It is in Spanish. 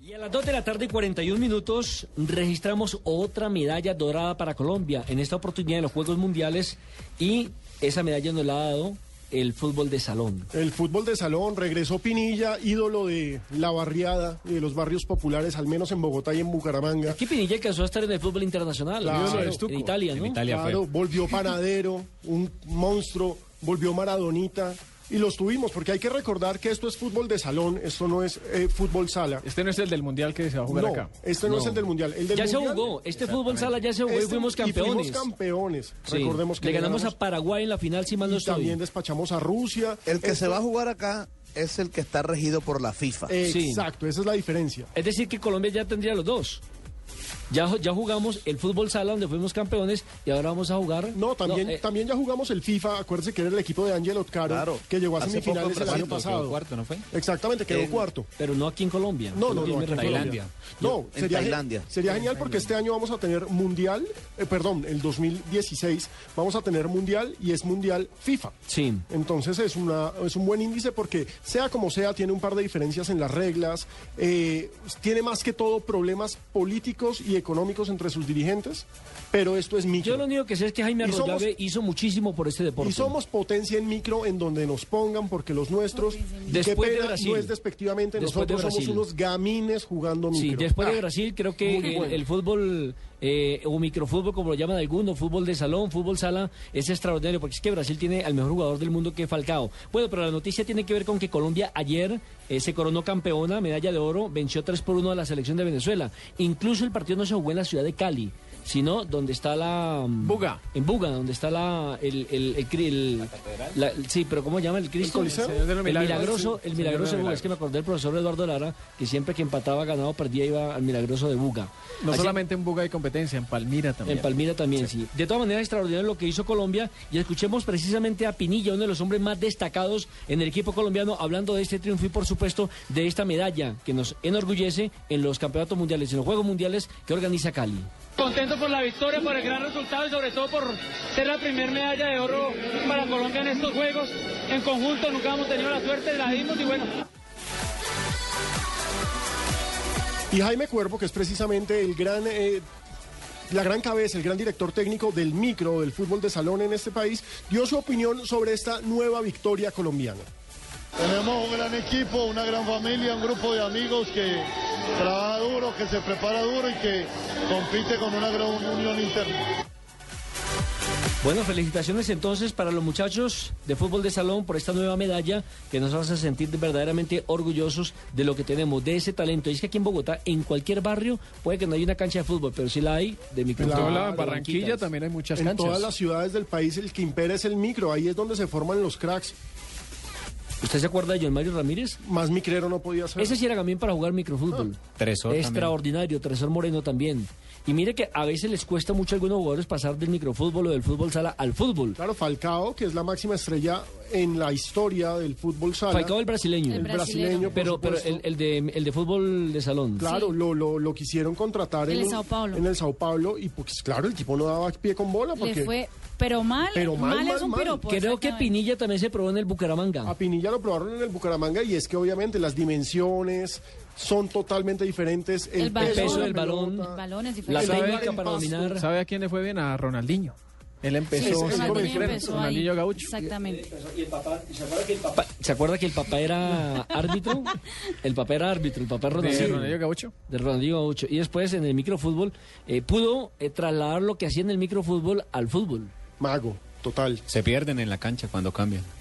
Y a las 2 de la tarde y 41 minutos registramos otra medalla dorada para Colombia, en esta oportunidad en los Juegos Mundiales y esa medalla nos la ha dado el fútbol de salón. El fútbol de salón, regresó Pinilla, ídolo de la barriada y de los barrios populares, al menos en Bogotá y en Bucaramanga. Aquí Pinilla alcanzó a estar en el fútbol internacional, Claro, ¿no? es Tuco. en Italia, ¿no? Claro, volvió Panadero, un monstruo, volvió Maradonita. Y los tuvimos, porque hay que recordar que esto es fútbol de salón, esto no es eh, fútbol sala. Este no es el del mundial que se va a jugar no, acá. este no, es el del Mundial. El del Ya se mundial, jugó, este fútbol sala ya se jugó y este- fuimos campeones. fuimos campeones. Sí, Recordemos que le ganamos a Paraguay en la final, si mal no y también estoy. despachamos a Rusia. El que Esto- se va a jugar acá es el que está regido por la FIFA. Sí. Exacto, esa es la diferencia. Es decir, que Colombia ya tendría los dos. Ya, ya jugamos el fútbol sala donde fuimos campeones y ahora vamos a jugar. No, también, eh, también ya jugamos el FIFA. Acuérdense que era el equipo de Angelo Caro Claro. que llegó a Hace semifinales poco el año Brasil quedó pasado. cuarto, ¿no fue? Exactamente, quedó En- cuarto. Pero no aquí en Colombia. No, no, Yo me no, aquí en refiero. Colombia. Tailandia. No, En sería, Tailandia. Sería genial porque este año vamos a tener mundial, eh, perdón, el 2016 vamos a tener mundial y es mundial FIFA. Sí. Entonces es, una, es un buen índice porque sea como sea, tiene un par de diferencias en las reglas, eh, tiene más que todo problemas políticos y económicos entre sus dirigentes, pero esto es micro. Yo lo único que sé es que Jaime Y somos- Arroyave hizo muchísimo por este deporte. Y somos potencia en micro en donde nos pongan, porque los nuestros, y qué Después de pena, Brasil. no es despectivamente, Después de nosotros somos Brasil. unos gamines jugando micro. Sí, después Ah, de Brasil creo que muy el, bueno. el fútbol eh, o microfútbol, como lo llaman algunos, fútbol de salón, fútbol sala, es extraordinario porque es que Brasil tiene al mejor jugador del mundo que es Falcao. Bueno, pero la noticia tiene que ver con que Colombia ayer eh, se coronó campeona, medalla de oro, venció 3 por 1 a la selección de Venezuela. Incluso el partido no se jugó en la ciudad de Cali, sino donde está la... mm, Buga. En Buga, donde está la... El, el, el cri- el- la- sí, pero ¿cómo llama el Cristo? Coliseo? Señor de El los Milagros. milagroso, el Señor de los milagroso de Buga. Milagros. Es que me acordé del profesor Eduardo Lara, que siempre que empataba, ganaba, perdía, iba al milagroso de Buga. No Así- solamente en Buga hay competencia, en Palmira también. En Palmira también, sí. De todas maneras, extraordinario lo que hizo Colombia. Y escuchemos precisamente a Pinilla, uno de los hombres más destacados en el equipo colombiano, hablando de este triunfo y, por supuesto, de esta medalla que nos enorgullece en los campeonatos mundiales, en los Juegos Mundiales que organiza Cali. Contento por la victoria, por el gran resultado y sobre todo por ser la primera medalla de oro para Colombia en estos Juegos. En conjunto nunca hemos tenido la suerte, la dimos y bueno, Y Jaime Cuervo, que es precisamente el gran... eh, la gran cabeza, el gran director técnico del micro, del fútbol de salón en este país, dio su opinión sobre esta nueva victoria colombiana. Tenemos un gran equipo, una gran familia, un grupo de amigos que trabaja duro, que se prepara duro y que compite con una gran unión interna. Bueno, felicitaciones entonces para los muchachos de fútbol de salón por esta nueva medalla que nos hace sentir verdaderamente orgullosos de lo que tenemos, de ese talento. Y es que aquí en Bogotá, en cualquier barrio, puede que no haya una cancha de fútbol, pero sí la hay de En microfútbol. toda Claro, la Barranquilla Barranquitas. también hay muchas En canchas. todas las ciudades del país el que impera es el micro, ahí es donde se forman los cracks. ¿Usted se acuerda de John Mario Ramírez? Más micrero no podía ser. Ese sí era también para jugar microfútbol. Ah, Tresor también. Extraordinario, Tresor Moreno también. Y mire que a veces les cuesta mucho a algunos jugadores pasar del microfútbol o del fútbol sala al fútbol. Claro, Falcao, que es la máxima estrella en la historia del fútbol sala. Falcao el brasileño. el brasileño, por pero pero supuesto. el, el de, el de fútbol de salón. Claro, lo, lo, lo quisieron contratar En el un- Sao Paulo. en el Sao Paulo y pues claro, el tipo no daba pie con bola porque Le fue, pero mal, Pero mal, mal, mal, es un mal. piropo. Pues Creo que exactamente. Pinilla también se probó en el a Bucaramanga. Pinilla lo probaron en el Bucaramanga y es que obviamente las dimensiones son totalmente diferentes. El, El balón, peso de la del balón, pelota. El balón es La el diferente. sabe- técnica balón para en pasto. dominar. ¿Sabe a quién le fue bien? A Ronaldinho. Él Sí, empezó sí, siendo Ronaldinho extremo, empezó ahí. Ronaldinho Gaucho. Exactamente. Pa- ¿Se acuerda que el papá era árbitro? El papá era árbitro, el papá De Ronaldinho. Ronaldinho Gaucho. de Ronaldinho Gaucho. Y después en el microfútbol eh, pudo eh, trasladar lo que hacía en el microfútbol al fútbol. Mago, total. Se pierden en la cancha cuando cambian.